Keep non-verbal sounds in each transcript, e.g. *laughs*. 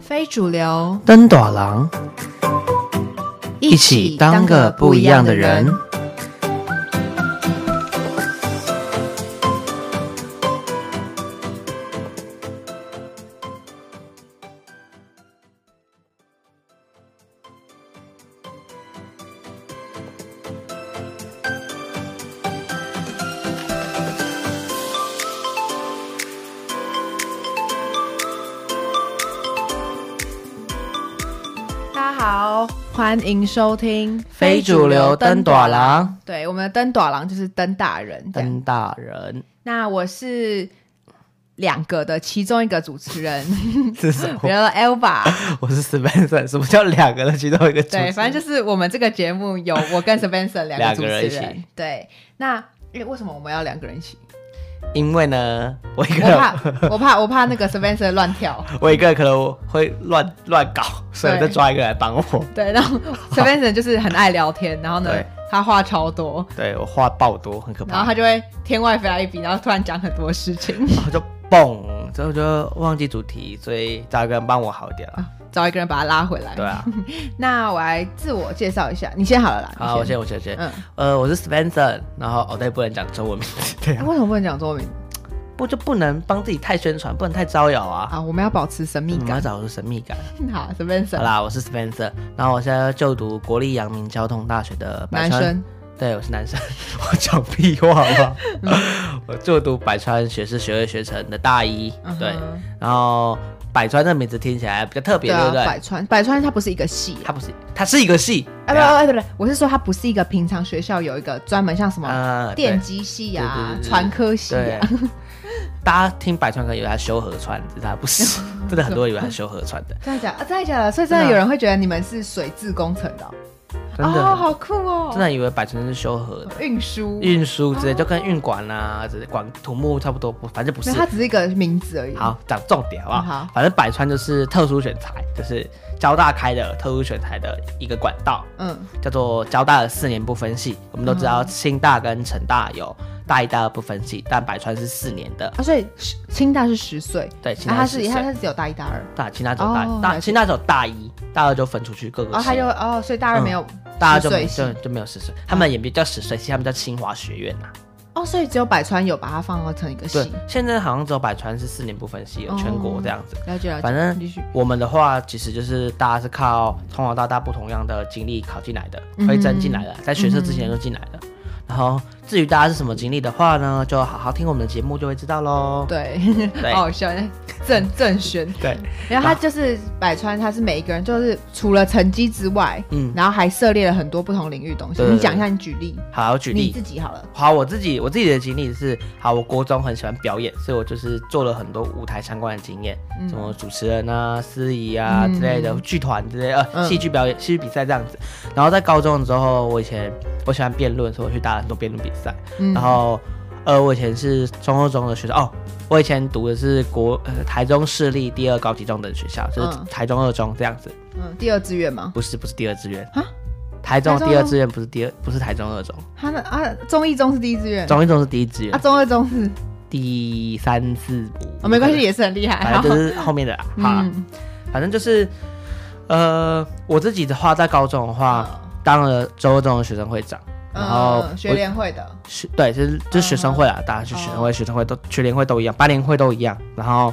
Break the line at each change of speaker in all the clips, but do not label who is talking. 非主流，
登短廊，一起当个不一样的人。
大家好，欢迎收听
非主流登短
廊。
廊，
对，我们的登短廊就是登大人这样。
登大人，
那我是两个的其中一个主持
*laughs*
人，
是什
比如说
么？*laughs*
Elva。
我是 Spencer，什么叫两个人其中一个主持人？
对，反正就是我们这个节目有我跟
*laughs*
Spencer 两个
两
主
个
持
人一
人。
起
对，那诶为什么我们要两个人一
*laughs*
起？
因为呢，我一个
我
人，
怕，我怕，我怕那个 Spencer 乱跳。
*laughs* 我一个人可能会乱乱搞，所以我
对
再抓一个来帮我。 *laughs*
对，然后 Spencer 就是很爱聊天，然后呢
对，
他话超多，
对我话爆多，很可
然后
怕，
他就会天外飞来一笔，然后突然讲很多事情。 *laughs*
然后就蹦，之后就忘记主题，所以找一个人帮我好一点了。
找一个人把他拉回来。
对 *laughs* 啊，
那我来自我介绍一下，你先好了啦。
好，我
你
先，我先，我先。
嗯，
呃，我是 Spencer，然后哦，对，不能讲中文名字， *laughs* 对啊
哎，为什么不能讲中文名
不就不能帮自己太宣传，不能太招摇啊。
啊？我们要保持神秘
我们要
感。
找出神秘感。
*laughs* 好，随便
好
审。
啦，我是 Spencer，然后我现在就读国立阳明交通大学的百
男
川，
生，
对，我是男生， *laughs* 我讲屁话好不好？我就读百川学士学位学程的大一，
嗯嗯哼
对，然后百川这名字听起来比较特别，对
啊，
不
百
对？
川，百川它不是一个系，啊
它不是，它是一个系，
哎，
对啊
不不不不，我是说它不是一个平常学校有一个专门像什么
嗯，对
电机系啊
对对、对对
传科系
对
啊，，
大家听百川可能以为它修河川，其实它
*laughs*
不是，真的很多人以为它修河川的，
真的假的啊？真的假的？所以真的
真的啊
有人会觉得你们是水质工程的哦，
真的
哦，
很
好酷哦，
真的以为百川是修河的。
运输，
运输之类，就跟运管啊，之类管土木差不多，不，反正不
没
是
有，。它只是一个名字而已。
好，讲重点好不好？
嗯好
反正百川就是特殊选材，就是交大开的特殊选材的一个管道，
嗯，
叫做交大的四年不分系。我们都知道清大跟成大有大一、大二不分系，但百川是四年的。
啊，所以十清大是十岁，
对，清
啊，
大
他
是
是
四
他他只有大一大二，
大清大只有大、
哦
大
了解
清大只有大一、大二就分出去各个
然后他
系，
就哦，所以大二
嗯
没有
大二就
十岁系
就就没有十岁，他们也不叫十岁系，他们叫清华学院啊。
哦，所以只有百川有把它放到成一个系
对，，现在好像只有百川是四年不分系了，全
哦
国这样子。
了解了解。
反正
继续
我们的话，其实就是大家是靠从小到大不同样的经历考进来的，
嗯
推甄进来的，在学测之前就进来的。然后至于大家是什么经历的话呢，就好好听我们的节目就会知道喽。
对，
对
好好笑，郑郑轩。
对，
然后他就是百川，他是每一个人就是除了成绩之外，
嗯，
然后还涉猎了很多不同领域的东西。
对对对
你讲一下，你举例，
好，我举
你
例
自。己好了。
好，我自己我自己的经历是，好，我国中很喜欢表演，所以我就是做了很多舞台相关的经验，什么主持人啊、司仪啊
嗯
之类的，剧团之类的，
嗯
呃，戏剧表演、戏剧比赛这样子。然后在高中的时候，我以前我喜欢辩论，所以我去打了很多辩论比赛。
嗯
然后，呃，我以前是中二中的学校哦，我以前读的是国呃台中市立第二高级中等学校，就是
嗯
台中二中这样子，
嗯，第二志愿吗？
不是不是第二志愿
啊。
台中
台中
第二
二
志愿不是第二，不是台中二中，
他那啊，中一中是第一志愿，
中一中是第一志愿
啊，，中二中是
第三四五、
啊，没关系，，也是很厉害。
反正就是后面的啦。好啦，
嗯，
反正就是，呃，我自己的话，在高中的话，当了周中的学生会长，然后
嗯学
我
联嗯哦会的，
是对，就是就是学生会啊，当然是学生会、学生会都学联会都一样，班联会都一样。然后，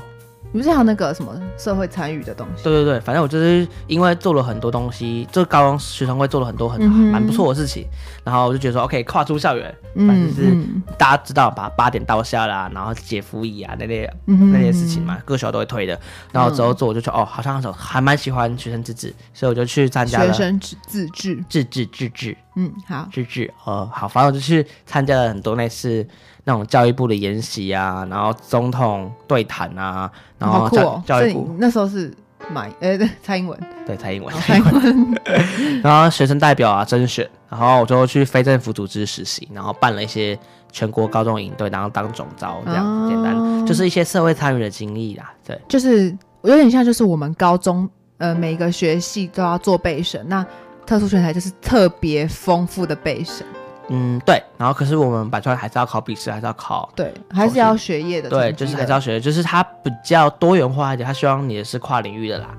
你不是还有那个什么社会参与的东西？
对对对，反正我就是因为做了很多东西，就高中学生会做了很多很
嗯哼
蛮不错的事情，然后我就觉得说，OK，跨出校园，反正
嗯
就是
嗯
大家知道吧，八点到校啦，然后解服仪啊那类
嗯哼
那些事情嘛，各学校都会推的。然后之后做，我就觉得哦，好像手还蛮喜欢学生自治，所以我就去参加
学
了
生自自治，
自治自治
嗯，好，
自治。呃，好，反正我就去参加了很多类似那种教育部的研习啊，然后总统对谈啊，然后
好酷
教、
哦！
教
所
育
以你
部
那时候是买呃 *laughs* 对蔡
*laughs*
英文，
对蔡英文
哦，蔡英文，
然后学生代表啊甄选，然后我就去非政府组织实习，然后办了一些全国高中营队，然后当总招这样子、
哦
简单，就是一些社会参与的经历啦。对，
*laughs* 就是有点像就是我们高中呃每一个学系都要做备审，那特殊选材就是特别丰富的备审，
嗯对，然后可是我们百川还是要考笔试，还是要考。
对，还是要学业的成
哦
绩
对，
的，
就是还是要学，就是它比较多元化一点，它希望你也是跨领域的啦。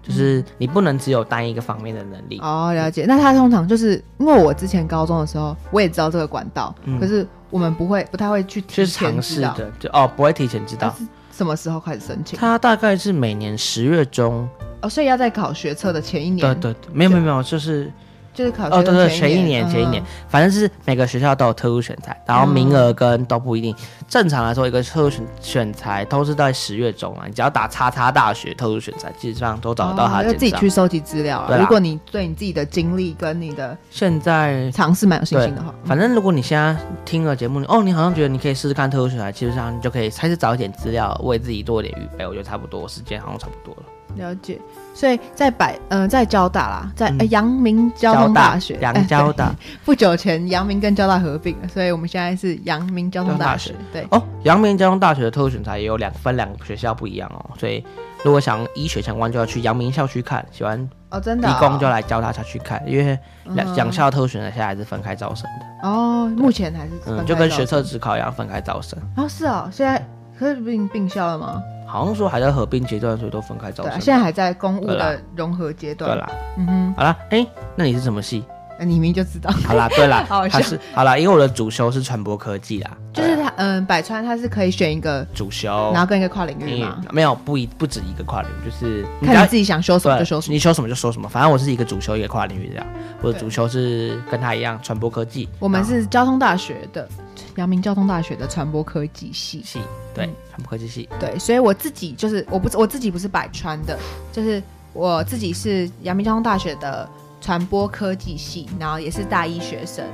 就是你不能只有单一个方面的能力。
嗯哦，了解。那他通常就是因为我之前高中的时候，我也知道这个管道，
嗯
可是我们不会不太会去
去
提前
尝试
知道
的，就哦，不会提前知道。
什么时候开始申请。
它大概是每年十月中，
哦，所以要在考学测的前一年，
对对，对没有没有没有，就是
就是考
哦，
学
对
测
对，
前嗯
前一年前一年，，反正是每个学校都有特殊选材，然后名
哦
额跟都不一定。正常来说，一个特殊选选材都是在十月中啊，你只要打叉叉大学特殊选材，基本上都找得到
哦
它
要
的
自己
简
去
章。
收集资料啊。
对啦
如果你对你自己的经历跟你的
现在
尝试蛮有信
对
心的话，
反正如果你现在听了节目，你哦，你好像觉得你可以试试看特殊选材，基本上你就可以开始找一点资料，为自己多一点预备。我觉得差不多，时间好像差不多了。
了解。所以在百呃，在交大啦，在
嗯
呃阳、明交通大学，哎
杨交大
对 *laughs* 不久前阳明跟交大合并了，所以我们现在是阳明交通大学
交。
对，
哦，阳明交通大学的特殊选材也有两分两个学校不一样哦，所以如果想医学相关，就要去阳明校区看；喜欢
哦，真的、
理
哦，
工就来交大校区看，因为两
嗯
两校特殊选材现在还是分开招生的，
哦，目前还是分
嗯，
开
就跟
招
学测只考一样分开招生。
哦是哦，现在可是并并校了吗？
好像说还在合并阶段，所以都分开
对、
招生
啊，
吧。
现在还在公务
对啦
的融合阶
对
段。
啦，
嗯哼，
好啦，哎、那你是什么系？
呃你明明就知道，
*laughs* 好啦，对啦
好好，笑
他是好啦，因为我的主修是传播科技啦，
就是
对啊哦
他嗯，百川他是可以选一个，
主修
然后跟一个跨领域
英语
嘛，
没有不一不止一个跨领域，就是你只
看
要
你自己想修什么
对，
就修什么。
你修什么就修什么，反正我是一个主修，一个跨领域这样。我的
对
主修是跟他一样传播科技，
我们
然后
是交通大学的，阳明交通大学的传播科技系。
系，对
嗯，
传播科技系。
对，所以我自己就是我不是我自己不是百川的，就是我自己是阳明交通大学的传播科技系，然后也是大一学生。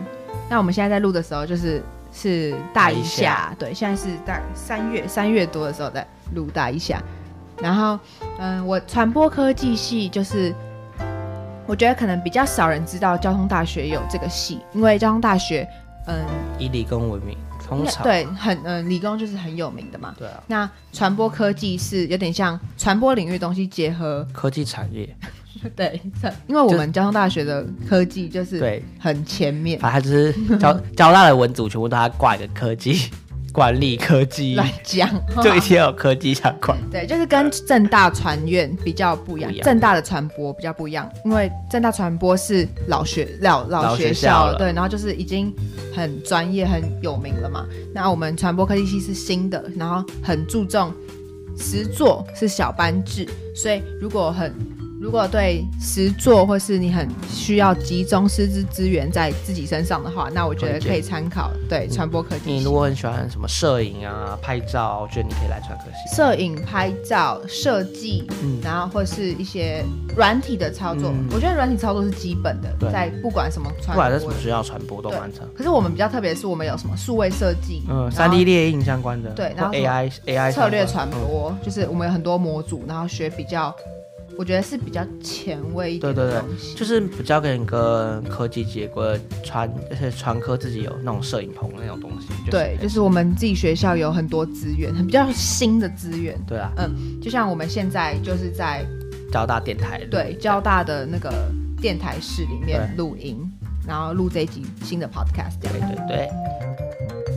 那我们现在在录的时候就是是大一下，
大
对，现在是大三月三月多的时候在录大一下。然后，嗯，我传播科技系就是。我觉得可能比较少人知道交通大学有这个系，因为交通大学，嗯，
以理工文明，通常
对，很嗯，理工就是很有名的嘛。
对啊，
那传播科技是有点像传播领域的东西结合，
科技产业，
对，因为我们交通大学的科技就是
对，
很前面，
反正它就
*laughs*
是交交大的文组全部都它挂一个科技，管理科技，
乱讲，
就一定要有科技相关。
对，就是跟正大传院比较不一样
呃不一，样
正大的传播比较不一样，因为正大传播是老学老老
老
学
学
校
校
了，
了
对，然后就是已经很专业、很有名了嘛。那我们传播科技系是新的，然后很注重实作是小班制，所以如果很如果对实作或是你很需要集中师资资源在自己身上的话，那我觉得
推荐
可以参考对传播科技
你
系
如。果很喜欢什么摄影啊、拍照，我觉得你可以来传科系。
摄影、拍照、设计，
嗯
然后或是一些软体的操作。
嗯
我觉得软体操作是基本的，
对
在不管什么
不
传
管在什
播
么
的。
学校传播都完成。
可是我们比较特别，是我们有什么数位设计，
嗯，
然
三
后
D 猎印相关的，
对然
或
后什么
AI AI
策略
相
传
关的嗯
播，就是我们有很多模组，然后学比较，我觉得是比较前卫一点
对对
的
对
东西。
嗯就是比较跟跟科技结合，传而且传科自己有那种摄影棚那种东西。就是、哎
对，就是我们自己学校有很多资源，很比较新的资源，
对啊，
就像我们现在就是在
交大电台
对交大的那个电台室里面录音，然后录这一集新的 podcast 这样
对。对对。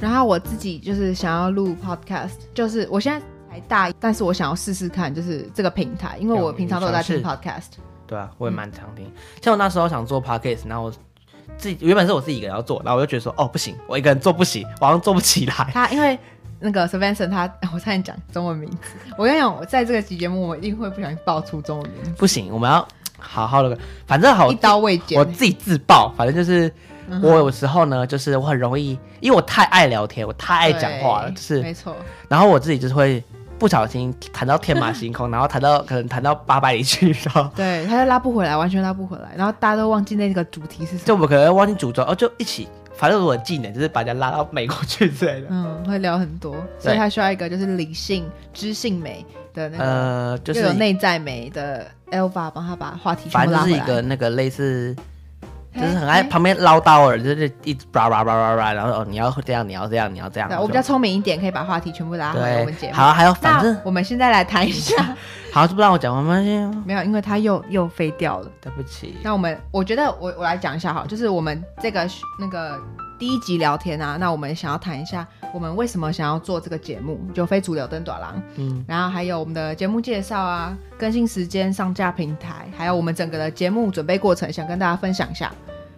然后我自己就是想要录 podcast，就是我现在才大一，但是我想要试试看，就是这个平台，因为我平常都有在听
有你
podcast。
对啊，我也蛮常听。像我那时候想做 podcast，然后我自己原本是我自己一个人要做，然后我就觉得说，哦，不行，我一个人做不行，我好像做不起来。 *laughs*
他因为那个 s v e n s o n 他，我差点讲中文名字。我跟你讲，我在这个期节目，我一定会不小心爆出中文名字，
不行，我们要好好的，反正好
一，刀未剪
哦我。自己自爆，反正就是。
嗯
我有时候呢，就是我很容易，因为我太爱聊天，我太爱讲话了，
对
就是
没错，
然后我自己就是会不小心谈到天马
*laughs*
行空，然后谈到可能谈到八百里去，然后 *laughs*
对，他就拉不回来，完全拉不回来，然后大家都忘记那个主题是什
就
么，
我们可能忘记主轴，哦，就一起，反正我的技能就是把人家拉到美国去之类的。
嗯，会聊很多，所以他需要一个就是理性、知性美的那个，
呃，
嗯
就
又有
是
内在美的 Elva 帮他把话题全
反
部
正
拉回
就是一
来。哎
个那个类似，
嘿
就是很爱
嘿
旁边唠叨耳，就是一直叭叭叭叭叭，然后哦你要这样，你要这样，你要这样。
对，哎我比较聪明一点，可以把话题全部拉回来我们节
对，
目。
好，还有反正
那我们现在来谈一下， *laughs*
好，就不让我讲，没关系哦，
没有，因为它又又飞掉了。
对不起。
那我们，我觉得我我来讲一下好了，就是我们这个那个第一集聊天啊，那我们想要谈一下我们为什么想要做这个节目，就非主流登短廊，
嗯，
然后还有我们的节目介绍啊、更新时间、上架平台，还有我们整个的节目准备过程，想跟大家分享一下。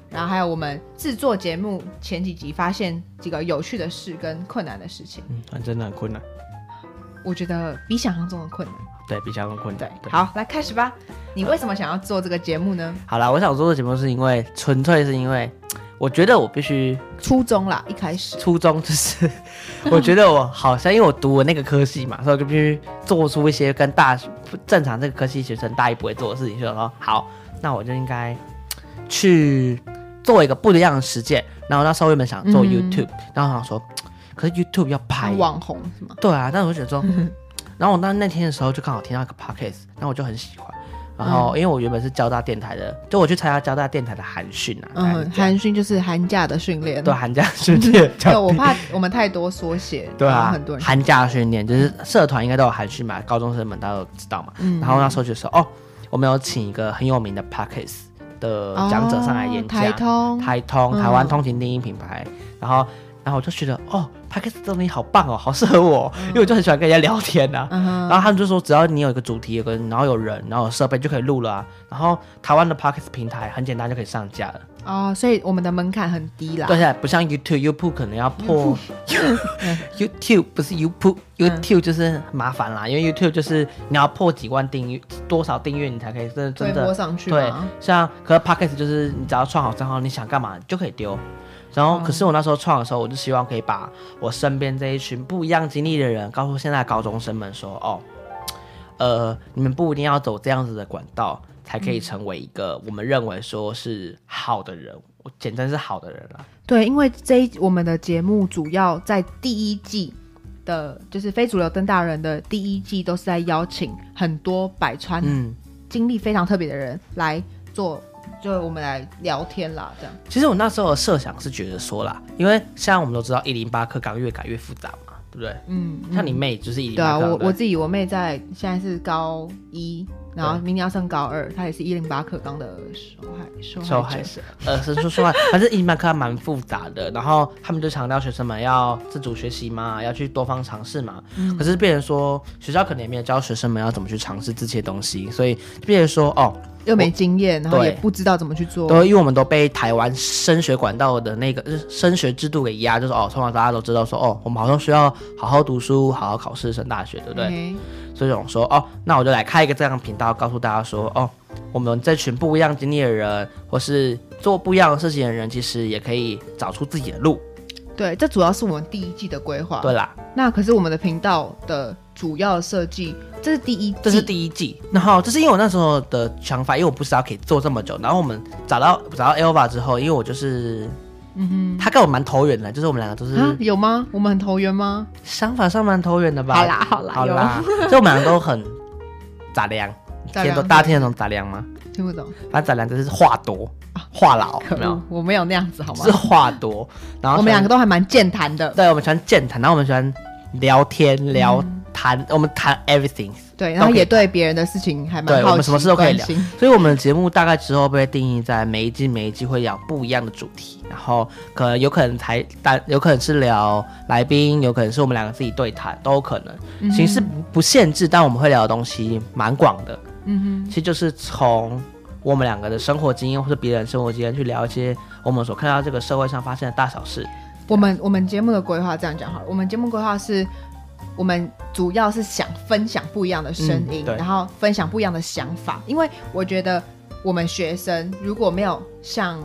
然后还有我们制作节目前几集发现几个有趣的事跟困难的事情，
嗯，啊真的很困难，
我觉得比想象中的困难。
对比较困
对
难。，对，
好，来开始吧。你为什么想要做这个节目呢？
好啦，我想做的节目是因为纯粹是因为，我觉得我必须
初衷啦，一开始
初衷就是，
*laughs*
我觉得我好像因为我读我那个科系嘛，所以我就必须做出一些跟大学正常这个科系学生大一不会做的事情，所以我说好，那我就应该去做一个不一样的实践。然后那时候原本想做
嗯
YouTube，、然后我想说，可是 YouTube 要拍
当，网红是吗？
对啊，但是我就觉得说，
嗯
然后我那那天的时候就刚好听到一个 podcast，然后我就很喜欢。然后，
嗯
因为我原本是交大电台的，就我去参加交大电台的寒训啊，大概是
嗯，
这样
寒训就是寒假的训练。
对寒假训练，
*laughs* 对，啊我怕我们太多缩 *laughs* 写，
*laughs* 对
然后
啊，
很多人
寒假训练就是社团应该都有寒训嘛，高中生们大家都知道嘛。
嗯
然后那时候就说，哦，我们有请一个很有名的 Parkes 的讲者上来演
哦
讲，
台通，
台通
嗯
台湾通勤第一品牌，然后。然后我就觉得，哦 p a c k e t 这东西好棒哦，好适合我，因为我就很喜欢跟人家聊天呐、啊。
嗯哼，
然后他们就说，只要你有一个主题，有个然后有人，然后有设备就可以录了啊。然后台湾的 p a c k e t 平台很简单就可以上架了，
哦，所以我们的门槛很低啦。
对，现在不像 YouTube，YouTube 可能要 *laughs* 破 YouTube 不是 YouTube，YouTube 就是很麻烦啦，因为 YouTube 就是你要破几万订阅，多少订阅你才可以真的
推
真
播
的
上去
对
嘛。。
像可是 Podcast 就是你只要创好账号，你想干嘛就可以丢。然后，可是我那时候创的时候，我就希望可以把我身边这一群不一样经历的人，告诉现在的高中生们说，哦，呃，你们不一定要走这样子的管道，才可以成为一个我们认为说是好的人，我简称是好的人啦。
对，因为这一我们的节目主要在第一季的，就是非主流登大人的第一季，都是在邀请很多百川
嗯，
经历非常特别的人来做，就我们来聊天啦，这样。
其实我那时候的设想是觉得说啦，因为现在我们都知道一零八课纲越改越复杂嘛，对不对？
嗯，嗯
像你妹就是一零
对啊，
八课
我
纲
我
的，
自己我妹在现在是高一，然后
对
明年要升高二，她也是一零八课纲的受害受害
受害
者
者，呃，是说实话，反正一零八课纲蛮复杂的，然后他们就强调学生们要自主学习嘛，要去多方尝试嘛。可是变成说学校可能也没有教学生们要怎么去尝试这些东西，所以就变成说哦，
又没经验，然后
对
也不知道怎么去做。
都因为我们都被台湾升学管道的那个呃升学制度给压，就是哦，从小到大家都知道说哦，我们好像需要好好读书，好好考试升大学，对不对？
嘿
所以我说哦，那我就来开一个这样的频道，告诉大家说哦，我们这群不一样经历的人，或是做不一样的事情的人，其实也可以找出自己的路。
对，这主要是我们第一季的规划。
对，啦，
那可是我们的频道的主要设计，这是第一季，
这是第一季。
嗯
然后这是因为我那时候的想法，因为我不知道可以做这么久。然后我们找到找到 Elva 之后，因为我就是。嗯哼，他跟我蛮投缘的，就是我们两个都是
啊，有吗？我们很投缘吗？
想法上蛮投缘的吧？
好啦好啦啊
好啦，所以我们两个都很杂粮，
杂粮
听得懂大家听得懂杂粮吗？
听不懂，
反正杂粮就是话多
哦
话痨，
可
有没有
恶？，我没有那样子好吗
是？话多，然后
我们两
个
个都还蛮健谈的，
对，我们喜欢健谈，然后我们喜欢聊天聊谈，我们谈 everything，
对，然后
都可以
也对别人的事情还蛮
对
好奇，
我们什么事都可以
关
聊
心
所以我们的节目大概之后被定义在每一季每一季会聊不一样的主题，然后可能有可能才单，有可能是聊来宾，有可能是我们两个自己对谈，都有可能，形式不不限制，但我们会聊的东西蛮广的，嗯哼，其实就是从。我们两个的生活经验，或者别人的生活经验，去聊一些我们所看到这个社会上发生的大小事。
我们我们节目的规划这样讲好了，我们节目规划是，我们主要是想分享不一样的声音，
嗯对
然后分享不一样的想法，因为我觉得我们学生如果没有像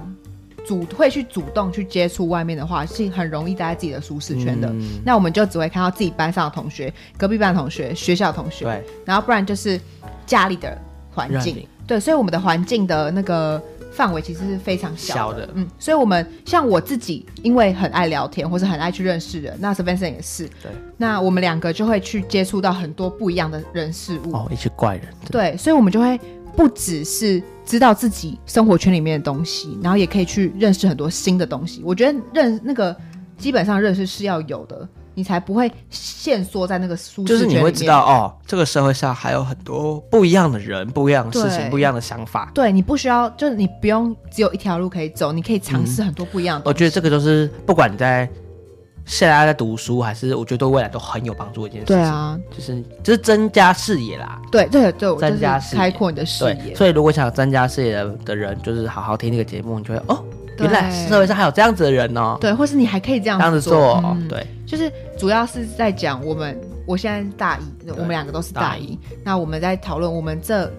主会去主动去接触外面的话，是很容易待在自己的舒适圈的。
嗯
那我们就只会看到自己班上的同学、隔壁班的同学、学校的同学，
对，
然后不然就是家里的环
认
境
领。
对，所以我们的环境的那个范围其实是非常小
小的
嗯，所以我们像我自己，因为很爱聊天，或是很爱去认识人，那 s v e n s o n 也是。
对。
那我们两个就会去接触到很多不一样的人事物。
哦，一群怪人。
对，所以我们就会不只是知道自己生活圈里面的东西，然后也可以去认识很多新的东西。我觉得认那个基本上认识是要有的，你才不会限缩在那个舒适
就是你
圈
会
里
知
面
道哦，这个社会上还有很多不一样的人、不一样的事情、
对
不一样的想法。
对你不需要，就是你不用只有一条路可以走，你可以尝试很多不一样的
我
东西。
觉得这个就是不管你在现在在读书，还是我觉得对未来都很有帮助的一件事情。
对，啊，
就是就是增加视野啦。
对对对，我啊就
增加
是
视野
开阔你的视
对，
野。
所以如果想增加视野的的人，就是好好听这个节目，你就会哦，
对
原来社会上还有这样子的人哦，
对，或是你还可以这样
这样子做，哦
嗯，
对，
就是主要是在讲我们，我现在大一，我们两个都是大一，那我们在讨论我们这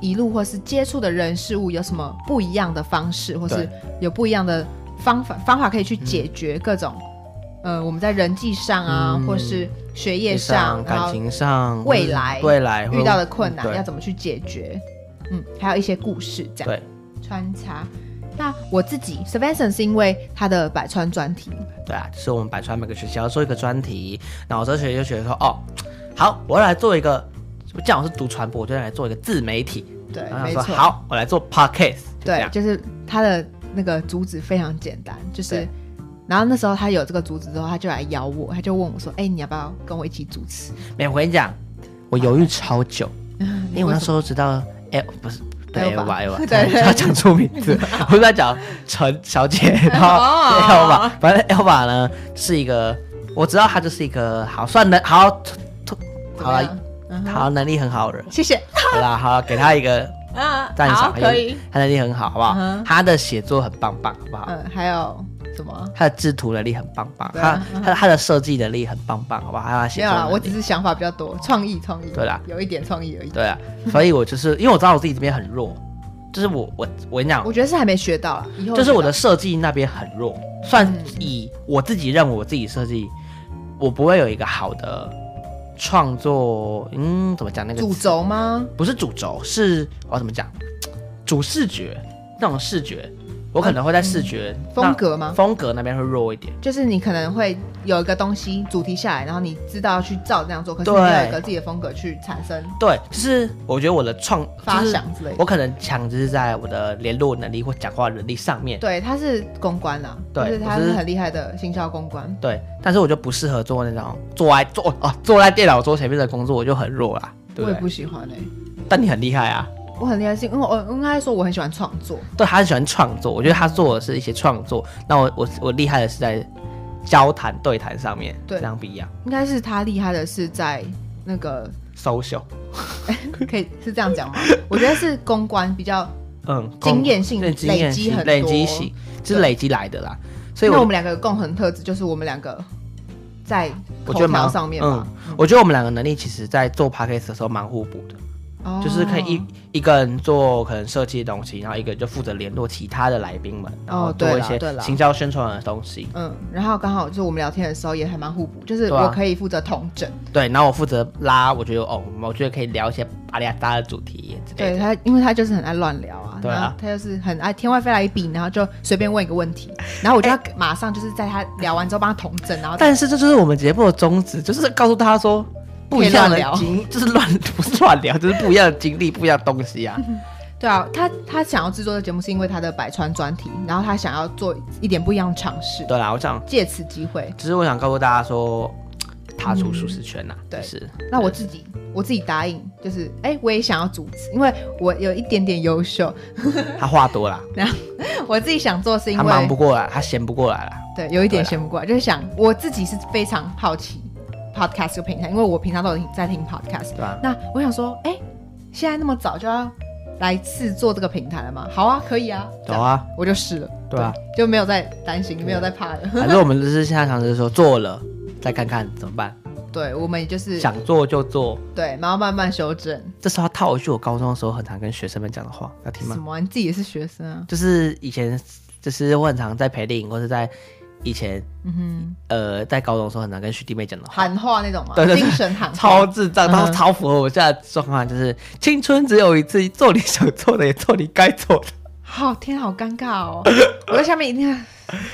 一路或是接触的人事物有什么不一样的方式，或是
对
有不一样的方法，方法可以去解决各种，呃，我们在人际上啊，
嗯
或是学业
上、
然
感
后
情上、
未来
未来
遇到的困
哎会嗯
难要怎么去解决，嗯，还有一些故事这
对
样
对
穿插。那我自己 s e v e n s o n 是因为他的百川专题，
对啊，就是我们百川每个学校做一个专题，然后这学期就觉得说，哦，好，我要来做一个，既然我是读传播，我就来做一个自媒体，
对，
然后
没
想
错
啊说，好，我来做 podcast，就这
对，
样
就是他的那个主旨非常简单，就是
对，
然后那时候他有这个主旨之后，他就来邀我，他就问我说：“哎、你要不要跟我一起主持 *laughs*
没有，我跟你讲，我犹豫超久，？”因哎为我那时
候
候知道，哎，不是。对
Elva
，Eva Eva，
对对
要讲出名字，我是在讲陈小姐，然后
哦
Elva，反正 Elva 呢是一个，我知道她就是一个好算能好好了，
嗯哼
好能力很好的人，
谢谢
好啦好，给她一个
啊
*laughs* 赞
好，
赏，
可以，，
他能力很好，好不好？
嗯哼
他的写作很棒棒，好不好？
嗯，还有什么？
他的制图能力很棒棒，
对啊
他他他的设计能力很棒棒，好不好？还有他写
没
作
有啦，我
能
只
力，
是想法比较多，创意创意，
对啦，
有一点创意而已。
对啊，所以我就是因为我知道我自己这边很弱，就是我我我跟你讲
我，觉得是还没学到啦，以后
就是我的
学
设计那边很弱，算
嗯
以我自己认为我自己设计，我不会有一个好的创作，嗯，怎么讲那
到
个
主
词
轴吗？
不是主轴，是我要怎么讲？主视觉那种视觉，我可能会在视觉、那
风格吗？
风格那边会弱一点。
就是你可能会有一个东西主题下来，然后你知道要去照那样做，可是你
对
要有一个自己的风格去产生
对，就是我觉得我的创
发，
就是
想之类的。
我可能强就是在我的联络能力或讲话能力上面。
对，他是公关啦，
对
就是他
我
是
是
很厉害的行销公关。
对，但是我就不适合做那种坐在坐哦坐在电脑桌前面的工作，我就很弱啦，对
我
不
也
对？
不喜欢哎、
但你很厉害啊，
我很厉害是因为我我应该说我很喜欢创作，
对，他很喜欢创作，我觉得他做的是一些创作，那我我我厉害的是在交谈对谈上面，
对
这样不一样
应该是他厉害的是在那个
*laughs* ，social，
可以是这样讲吗？我觉得是公关比较，
嗯，
经验性
对经验
累积很
性
多
累积型，是
对
累积来的啦，所以
那
我
我们两个有共同特质就是我们两个在
我觉得
口条
蛮
上面吧，嗯
我觉得我们两个能力其实在做 podcast 的时候蛮互补的，
哦
就是可以一一个人做可能设计的东西，然后一个人就负责联络其他的来宾们，然后
哦对
做一
啦
些
对啦
行销宣传的东西。
嗯，然后刚好就是我们聊天的时候也还蛮互补，就是
对啊
我可以负责统整，
对，然后我负责拉，我觉得哦，我觉得可以聊一些巴利亚扎的主题之类
对
的。
他，因为他就是很爱乱聊啊，
对啊
然后他就是很爱天外飞来一笔，然后就随便问一个问
*laughs*
题，然后我就要马上就是在他聊完之后帮他统整，然后
哎但是这就是我们节目的宗旨，就是告诉大家说不一样的经，就是乱 *laughs* 不是乱聊，就是不一样的经历，不一样的东西
*laughs*
啊。
对啊，他他想要制作的节目是因为他的百川专题，然后他想要做一点不一样的尝试，
对啦，我想
借此机会。
只是我想告诉大家说，踏出舒适圈呐、啊，
嗯对
就是
那我自己我自己答应，就是哎、我也想要主持，因为我有一点点优秀， *laughs*
他话多啦，
我自己想做是因
他忙不
为
过来，他闲不过来啦。
对有一点
对啊啦
闲不过来，就是想我自己是非常好奇 podcast 这个平台，因为我平常都有听在听 podcast。
对吧？
那我想说，哎、现在那么早就要来试做这个平台了吗？好啊，可以啊，这
走
样
啊，
我就试了，
对啊，
就没有再担心，没有再怕了。 *laughs*
反正我们就是现在尝试说做了，再看看怎么办，
对，我们也就是
想做就做。
对，然后慢慢修正。
这时候套一句我高中的时候很常跟学生们讲的话，要听
什
吗？
么啊？你自己也是学生啊？
就是以前就是我很常在培林或者在以前
嗯
呃在高中的时候很常跟学弟妹讲的
哼，
话，
喊话那种嘛，
对对对
精神喊话
超智障，
嗯哼
超超符合我现在的状况，就是青春只有一次，做你想做的，也做你该做的。
好、天啊，好尴尬
*laughs*
哦！我在下面一定要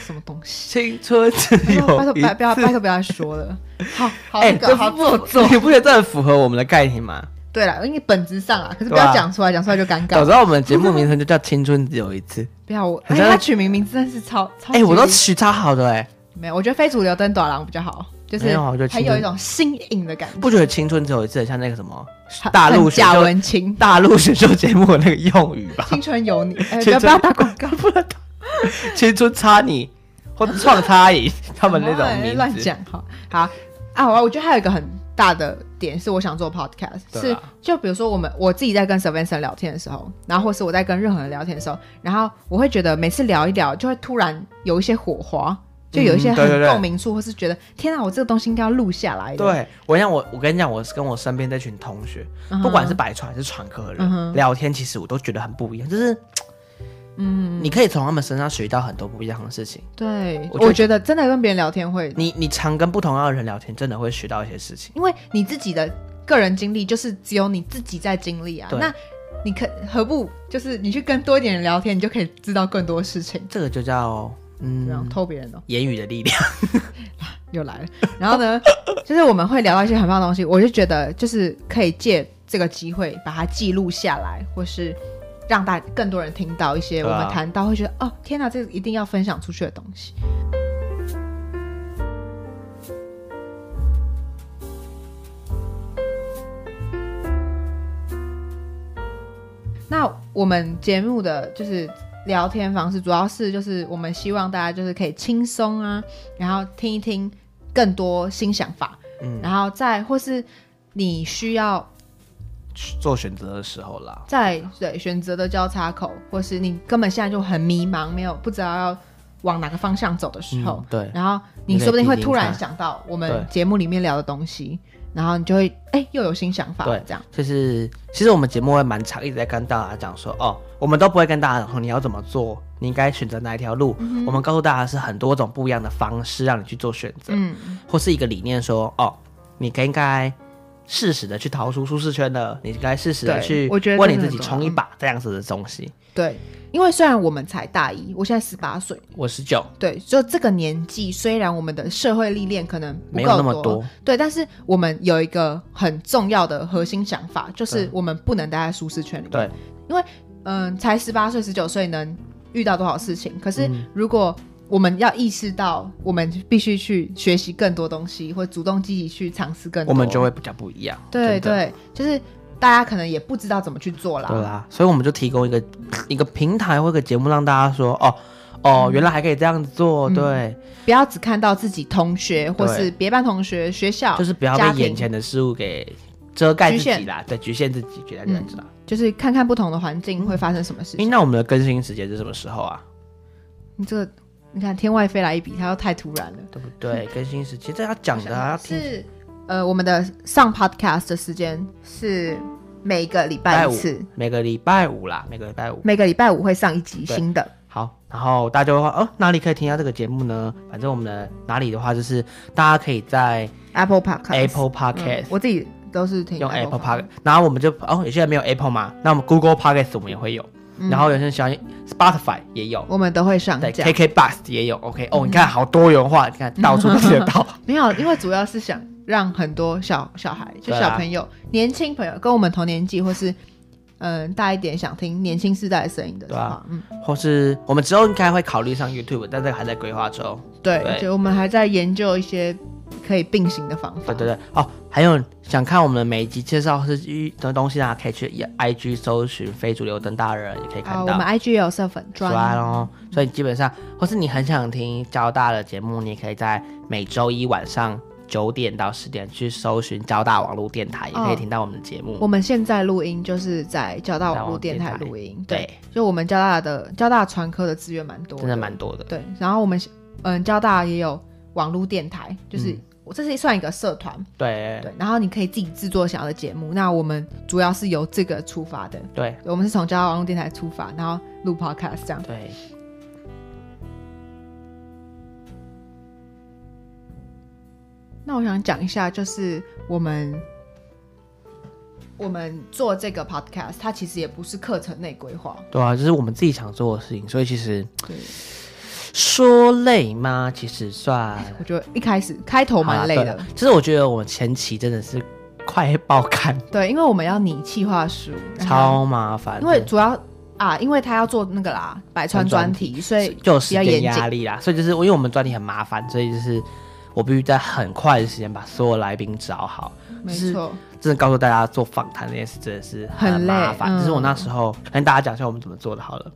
什么东西。
青春只
拜托，拜托，
有
不
一
要不要，拜
次。
托不要再说
*laughs*
了。好好，
哎
那
这
个好做 *laughs* 作。
你不觉得这很符合我们的概念吗？
对了，因为本质上啊，可是不
对
要
啊
讲出来，讲出来就尴尬
早。知道我们节目名称就叫《青春只有一
*laughs*
次》。
不要我，哎，
很像
他取名名字真是超超
哎、
级
我都取超好的哎、
没有，我觉得非主流灯短廊比较好，就是
没有啊我觉得
很
青春
有一种新颖的感觉。
不觉得青春只有一次很像那个什么 *laughs*
很
大陆
很
选
贾
秀
文清，
大陆选秀节目的那个用语吧？ *laughs*
青春有你，哎，不
青
要
春
不要打广告。
不然他青春差你，或创差
*laughs*
影，他们那
怎么
种
会
名
*laughs*
字。
乱讲哈。好啊，我我觉得还有一个很大的点是，我想做 podcast，、
对啊
是就比如说我们我自己在跟 s e v e n s o n 聊天的时候，然后或是我在跟任何人聊天的时候，然后我会觉得每次聊一聊，就会突然有一些火花。就有一些
嗯对对
很
对
共鸣处，或是觉得天啊，我这个东西应该要录下来的。
对我让我我跟你讲，我是跟我身边这群同学，
嗯哼，
不管是百川还是传科的人、
嗯哼
聊天，其实我都觉得很不一样，就是。嗯，你可以从他们身上学到很多不一样的事情。
对，
我觉得
我觉得真的跟别人聊天会
你你常跟不同样的人聊天，真的会学到一些事情。
因为你自己的个人经历就是只有你自己在经历啊。
对
那你可何不就是你去跟多一点人聊天，你就可以知道更多事情，
这个就叫
然后
嗯，
偷别人哦，
言语的力量。
又来了。然后呢， *laughs* 就是我们会聊到一些很棒的东西，我就觉得就是可以借这个机会把它记录下来，或是。让大更多人听到一些我
对啊
们谈到会觉得、哦天哪，这一定要分享出去的东西。那我们节目的就是聊天方式，主要是就是我们希望大家就是可以轻松啊，然后听一听更多新想法，
嗯，
然后再或是你需要
做选择的时候啦，
在对选择的交叉口，或是你根本现在就很迷茫，没有不知道要往哪个方向走的时候，
嗯对
然后你
你可以
说不定会
听听
突然
看
想到我
对
们节目里面聊的东西，然后你就会哎、又有新想法
对，
这样。
就是其实我们节目会蛮长，一直在跟大家讲说，哦，我们都不会跟大家讲说你要怎么做，你应该选择哪一条路。
嗯
我们告诉大家是很多种不一样的方式让你去做选择，
嗯，
或是一个理念说，哦，你应该适时的去逃出舒适圈的，你应该适时的
对
去
我觉得
为
这
你
个
自
很
己
重
冲一
要
把这样子的东西。
对，因为虽然我们才大一，我现在十八岁，
我十九，
对，就这个年纪，虽然我们的社会历练可能不
没有
够
那么多
对，但是我们有一个很重要的核心想法，就是
对
我们不能待在舒适圈里面。
嗯对，
嗯，才十八岁、十九岁能遇到多少事情？可是
嗯
如果我们要意识到，我们必须去学习更多东西，或主动积极去尝试更多，
我们就会比较不一样。
对
真的
对，就是大家可能也不知道怎么去做啦。
对啦，所以我们就提供一个一个平台或一个节目，让大家说哦
嗯
哦，原来还可以这样子做，对，
不要只看到自己同学或
对
是别班同学、学校，
就是不要
家
被
庭
眼前的事物给遮盖自
局限嗯
己啦，对，局限自己，局限自己啦。
就是看看不同的环
嗯
境会发生什么事
诶，
情。
那我们的更新时间是什么时候啊？
你这个，你看天外飞来一笔，它又太突然了。
对不对？更新时间这要讲的啊，要听
是呃，我们的上 podcast 的时间是每个礼拜一
礼
次，
每个礼拜五啦，每个礼拜五。
每个礼拜五会上一集新的。
好，然后大家的话，哦，哪里可以听到这个节目呢？反正我们的哪里的话，就是大家可以在
Apple Podcast、
Apple
嗯
Podcast、
我自己都是听
用 Apple
嗯 Podcast
Park，然后我们就哦，有些人没有 Apple 嘛，那我们 Google Podcast 我们也会有，然后有些人喜欢 Spotify 也有，
我们都会上
对
架。
，KK Bus 也有，OK，哦，你看好多元化，你看到处都听得到，
没有，因为主要是想让很多小小孩，就
对啊
小朋友、年轻朋友跟我们同年纪，或是嗯、大一点想听年轻世代的声音的
对
话，
啊
嗯，
或是我们之后应该会考虑上 YouTube，但这个还在规划中。
对，
对
就我们还在研究一些可以并行的方法。
对对对，哦，还有想看我们每一集介绍是一的东西啊，可以去 IG 搜寻非主流灯大人，也可以看
啊，我
到
们。IG 也有设粉
对
专，
哦，所以基本上，或是你很想听交大的节目，你可以在每周一晚上九点到十点去搜寻交大网络电台，也可以
哦
听到我们的节目。
我们现在录音就是在交大网络电台录音，对，，就我们交大的交大传科的资源蛮多，
真的蛮多的。
对。然后我们嗯，交大也有网络电台，就是、
嗯
我这是算一个社团，
对
对。然后你可以自己制作想要的节目。那我们主要是由这个出发的，
对
我们是从交大网络电台出发，然后录 podcast 这样。
对，
那我想讲一下，就是我们我们做这个 podcast，它其实也不是课程内规划，
对啊，就是我们自己想做的事情，所以其实
对。
说累吗？其实算
我觉得一开始开头蛮累
好啦啊
的
对，其实我觉得我们前期真的是快爆肝，
对，因为我们要拟企划书，然后
超麻烦的，
因为主要啊，因为他要做那个啦，百川专题，所以
就有
比
时
较
间
严
压
谨。
力啦，所以就是因为我们专题很麻烦，所以就是我必须在很快的时间把所有来宾找好。
没
是
错，
真的告诉大家做访谈这件事真的是
很累
麻
嗯
烦，就是我那时候跟大家讲一下我们怎么做的好了。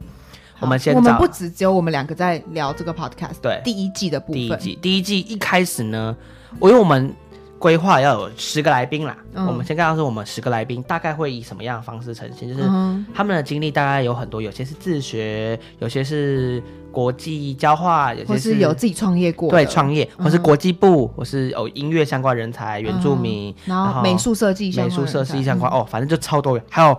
我们先
我们
找
不只只有我们两个在聊这个 podcast，
对
第一季的部
第一
分，
季，第一季一开始呢，我因为我们规划要有十个来宾啦，
嗯
我们先看到说我们十个来宾大概会以什么样的方式呈现，就是
嗯
他们的经历大概有很多，有些是自学，有些是国际交换，有
或
些
是有自己创业过的，
对创业，
嗯嗯
或是国际部，我是有音乐相关人才、原住民，
然后美术设计相
美
关的
术设计
人
相关，
才，
哦，反正就超多元，还有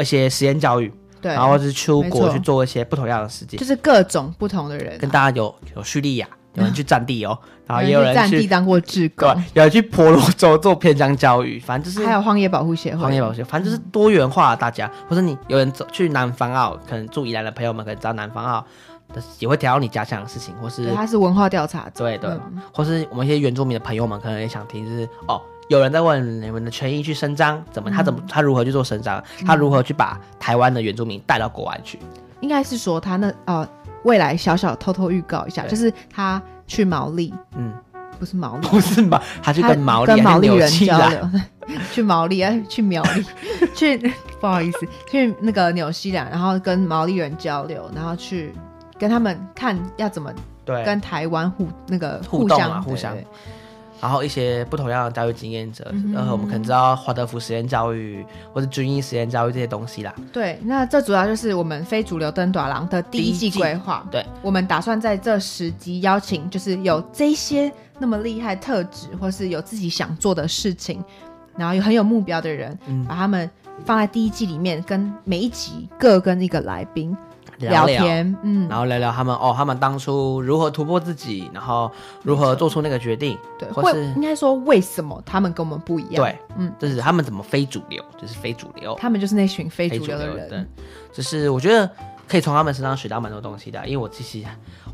一些实验教育，
嗯对，
然后是出
没
国
错
去做一些不同样的事情
就。是各种不同的人啊，
跟大家有有叙利亚，有人去战地哦，然后也
有
人
占嗯地
去
当过志
对
工，，
有人去婆罗洲 *laughs* 做偏乡教育，反正就是
还有嗯荒野保护协会，
行业保险，反正就是多元化。大家或者你有人走去南方澳，可能住宜兰的朋友们可能知道南方澳的也会聊到你家乡的事情，或是
对，它是文化调查
之
者，
类的
嗯，
或是我们一些原住民的朋友们可能也想听，就是哦。有人在问你们的权益去伸张怎么？他
嗯
怎么他如何去做伸张？他如何去把台湾的原住民带到国外去？
应该是说他那呃未来小小偷偷预告一下，
对
就是他去毛利，
嗯，
不是
*laughs*
毛利，
不是吧？他去
他
跟毛利
跟毛
还是
利
纽
人
西
交
兰
流， *laughs* 去毛利啊，去苗栗， *laughs* 去不好意思，去那个纽西兰，然后跟毛利人交流，然后去跟他们看要怎么
对，
跟台湾互那个
互动
相
啊互
对
相
对
然后一些不同样的教育经验者，呃
嗯哼
然后我们可能知道华德福实验教育或者军医实验教育这些东西啦。
对，那这主要就是我们非主流登短廊的第一
第一
季
季
规划。
对，
我们打算在这十集邀请，就是有这些那么厉害特质，或是有自己想做的事情，然后有很有目标的人，
嗯
把他们放在第一季里面，跟每一集各跟一个来宾聊
聊
天，嗯，
然后聊聊他们哦，他们当初如何突破自己，然后如何做出那个决定，
对，
或
会
是
应该说为什么他们跟我们不一样？，
对，
嗯，
就是他们怎么非主流，就是非主流，
他们就是那群非
非
主流的人，
对，就是我觉得可以从他们身上学到蛮多东西的，因为我其实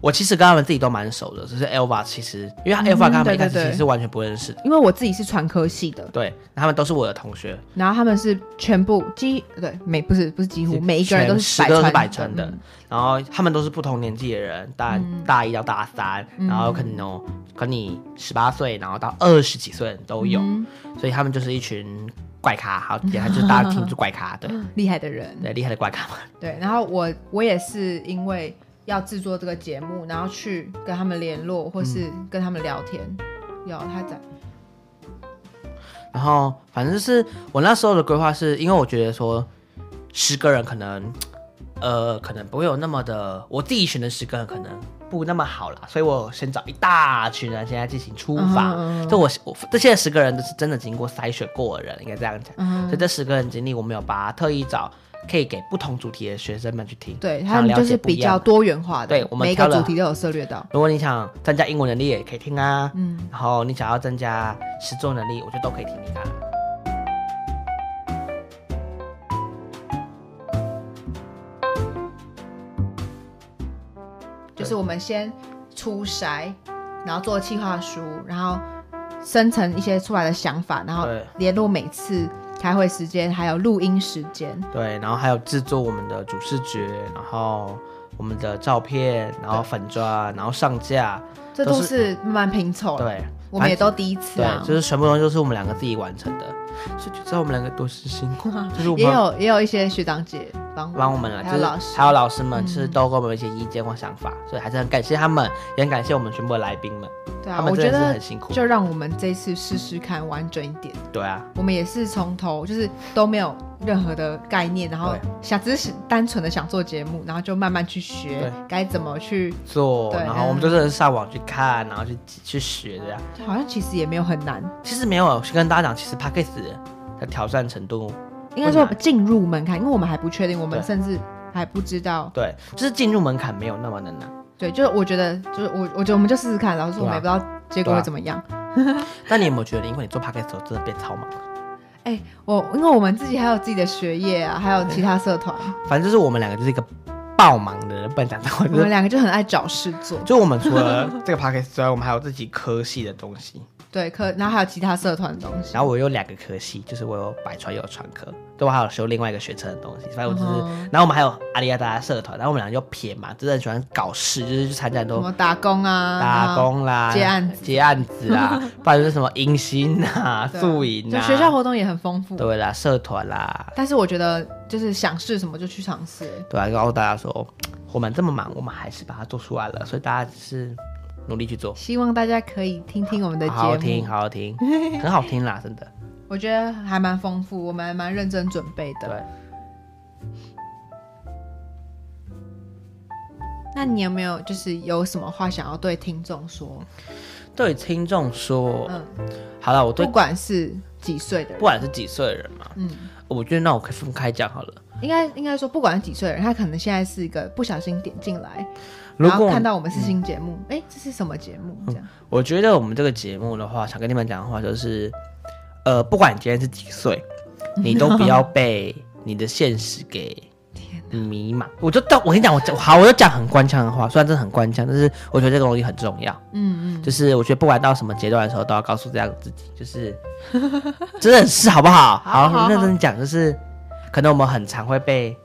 我其实跟他们自己都蛮熟的，就是 Elva 其实因为他 Elva 跟他们
对
一
嗯
开
对
始
对
其实是完全不认识的，
因为我自己是传科系的，
对，他们都是我的同学，
然后他们是全部几呃对每不是不是几乎
是
每一个人都
全十个都是
百
百
川
川的
嗯
然后他们都是不同年纪的人，大、大一到大三，
嗯
然后可能哦，可能你十八岁，然后到二十几岁的人都有，
嗯
所以他们就是一群怪
*laughs*
咖，好，简单就是大家听就怪咖，对
厉害的人。
对，厉害的怪咖嘛，
对，然后我我也是因为要制作这个节目，然后去跟他们联络，或是跟他们聊天。有他在，
然后反正就是我那时候的规划是，因为我觉得说十个人可能，呃，可能不会有那么的，我自己选的十个人可能不那么好啦，所以我先找一大群人现在进行出发。
嗯
这我我这些十个人都是真的经过筛选过的人，应该这样讲。
嗯
所以这十个人经历，我们有把它特意找可以给不同主题的学生们去听，
对他
想
们
了
就是
解不
比
一样
较
的。
多元化的，
对我们
每一个
挑了
主题都有涉略到。
如果你想增加英文能力，也可以听啊。
嗯，
然后你想要增加实作能力，我觉得都可以听听看。
就是我们先出筛，然后做企划书，然后生成一些出来的想法，然后
对
联络每次开会时间，还有录音时间。
对，然后还有制作我们的主视觉，然后我们的照片，然后粉砖，然后上架，
这
都
都是慢慢拼凑了。
对，
我们也
反
都第一次啊
对，，就是全部东西都是我们两个自己完成的，所以就知道我们两个多是辛
*laughs*
苦，就是我
也
们
有也有一些学长姐帮
帮我们了，
还
就
有
是
老师，嗯
还有老师们，就是都给我们一些意见或想法，所以还是很感谢他们，也很感谢我们全部的来宾们，
对
他
啊，
们
我
真
觉
的是
得
很辛苦，
就让我们这次试试看完整一点。
对啊，
我们也是从头就是都没有任何的概念，然后
对
想只是单纯的想做节目，然后就慢慢去学
对
该怎么去，
做，
对
然后我们
嗯
就真的是上网去看，然后去去学这样。
好像其实也没有很难，
其实没有，先跟大家讲，其实 p a c k a g e 的挑战程度
应该
不
说
难
进入门槛，因为我们还不确定，我们
对
甚至还不知道。
对，就是进入门槛没有那么的难，
对，就是我觉得，就是我我觉得我们就试试看，然后说我们也不知道结果
对啊
会怎么样。
但你有没有觉得，因为你做 podcast 的时候真的变超忙？
哎、我因为我们自己还有自己的学业啊，还有其他社团，
反正就是我们两个就是一个爆忙的人，不能讲到
我
就
们
是
两个就很爱找事做。
就我们除了这个 podcast 之外，我们还有自己科系的东西，
对科，然后还有其他社团的东西。
然后我有两个科系，就是我有百川，也有传科，对我还有修另外一个学程的东西。反正我就是，
嗯
然后我们还有阿里亚达社团，然后我们俩就偏嘛，就是很喜欢搞事，就是去参加很
什
多
么打工啊，
打工啦、
接案子
接案子
*laughs*
啦，不然就是什么迎新啊、
对啊
宿营
就
啊，
学校活动也很丰富。
对啊啦、社团啦，
但是我觉得就是想试什么就去尝试。
对啊，告诉大家说，我们这么忙，我们还是把它做出来了，所以大家就是努力去做，
希望大家可以听听我们的节
好
目，
好听，好
*laughs*
好听，很好听啦，真的。
我觉得还蛮丰富，我们还蛮认真准备的。
对，
那你有没有就是有什么话想要对听众说？
对听众说，
嗯，
好了，我对
不管是几岁的
不
人，
管是几岁的人嘛，
嗯，
我觉得那我可以分开讲好了。
应该应该说不管是几岁的人，他可能现在是一个不小心点进来，
如
然后
果嗯
看到我们是新节目，哎、这是什么节目？这样，
我觉得我们这个节目的话，想跟你们讲的话就是，呃，不管你今天是几岁，
嗯
你都不要被你的现实给
天
迷茫。我就到我跟你讲，我讲好，我就讲很官腔的话，虽然真的很官腔，但是我觉得这个东西很重要。
嗯嗯，
就是我觉得不管到什么阶段的时候，都要告诉这样自己，就是 *laughs* 真的是好不好？
好好
好，认真讲，就是可能我们很常会被，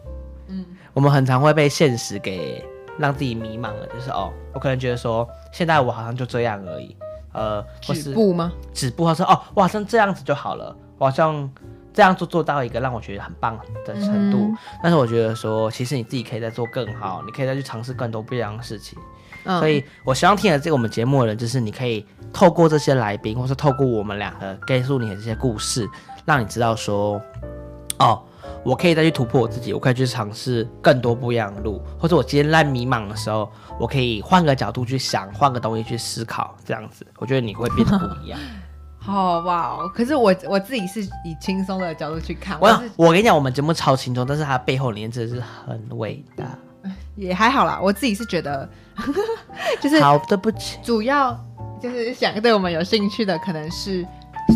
嗯
嗯，我们很常会被现实给让自己迷茫了，就是哦，我可能觉得说，现在我好像就这样而已，呃，或
止
是
步吗？
止步，或是哦，我好像这样子就好了，我好像这样做做到一个让我觉得很棒的程度。
嗯
但是我觉得说，其实你自己可以再做更好，你可以再去尝试更多不一样的事情。
嗯，
所以我希望听了这个我们节目的人，就是你可以透过这些来宾，或是透过我们两个告诉你
*laughs*
的这些故事，让你知道说，哦，我可以再去突破我自己，我可以去尝试更多不一样的路，或者我今天在迷茫的时候，我可以换个角度去想，换个东西去思考，这样子，我觉得你会变得不一样。
好哇哦！可是我我自己是以轻松的角度去看，我
我
是
我跟你讲，我们节目超轻松，但是它背后理念真的是很伟大。
也还好啦，我自己是觉得 *laughs* 就是
好，对不起。
主要就是想对我们有兴趣的，可能是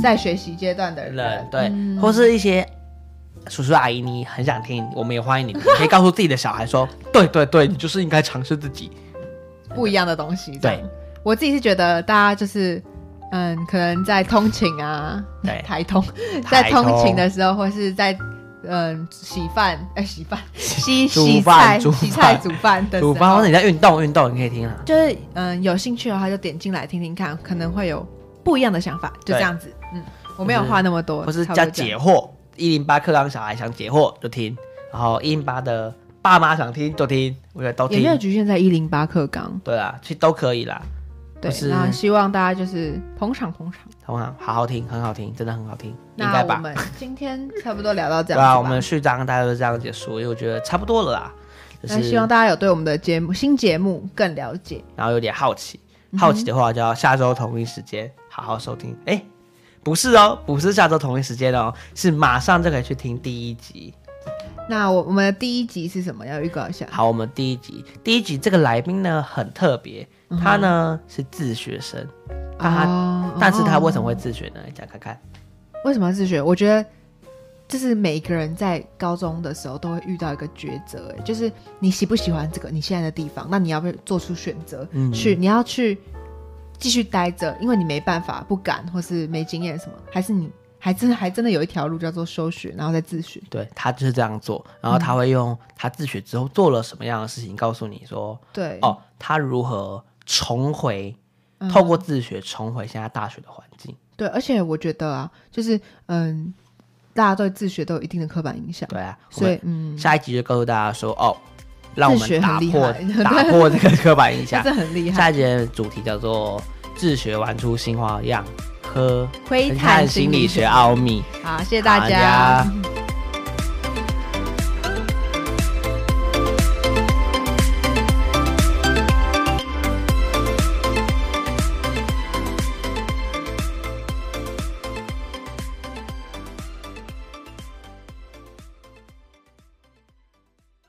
在学习阶段的
人
人，，
对，或是一些叔叔阿姨，你很想听，我们也欢迎你，你可以告诉自己的小孩说，对对对，你就是应该尝试自己。
不一样的东西。
对，
我自己是觉得大家就是。嗯，可能在通勤啊， *laughs*
对
台通，在
台
通
通
勤的时候，或是在嗯洗饭，哎、洗饭，洗
煮
洗菜、
饭煮
洗菜、
饭
煮饭的时
主
候，
办或者你在运动运动，你可以听啊。
就是嗯，有兴趣的话就点进来听听看，可能会有不一样的想法，就
对
这样子。嗯，我没有话那么多，
或是
差不
叫
多这样
解惑，一零八课纲小孩想解惑就听，然后一零八的爸妈想听就听，我觉得都
也没有
哦听。
局限在一零八课纲。
对啊，其实都可以啦，
对
或，是
那希望大家就是捧场捧场。
好不好？好好听，很好听，真的很好听，应
那
该
我
吧？
们今天差不多聊到这样子
对
吧。
啊，我们序章大概就这样结束，因为我觉得差不多了啦。就
那
是
希望大家有对我们的节目新节目更了解。
然后有点好奇，
嗯
好奇的话就要下周同一时间好好收听。哎、不是哦，不是下周同一时间哦，是马上就可以去听第一集。
嗯那我我们的第一集是什么？要预告一下。
好，我们第一集，第一集这个来宾呢很特别，
嗯
他呢是自学生，但他、
哦
啊但是他为什
么
么会自学呢？你讲看
哦
看。
为什么要自学？我觉得就是每一个人在高中的时候都会遇到一个抉择，哎，就是你喜不喜欢这个你现在的地方，那你要不要做出选择？
嗯
去你要去继续待着，因为你没办法、不敢，或是没经验什么，还是你还真还真的有一条路叫做休学，然后再自学。
对他就是这样做，然后他会用他自学之后做了什么样的事情告诉你说，
对，
哦，他如何重回，
嗯
透过自学重回现在大学的环境。
对，而且我觉得啊，就是嗯，大家对自学都有一定的刻板印象，
对啊，我
所
们
以嗯，
下一集就告诉大家说，哦，让我
自学
们
很
打
厉
破
害
打破这个刻板印
*laughs*
象
这。很厉害。
下一集的主题叫做“自学玩出新花样”，喝
窥探
探心理学奥秘。
好，谢谢大
好
家。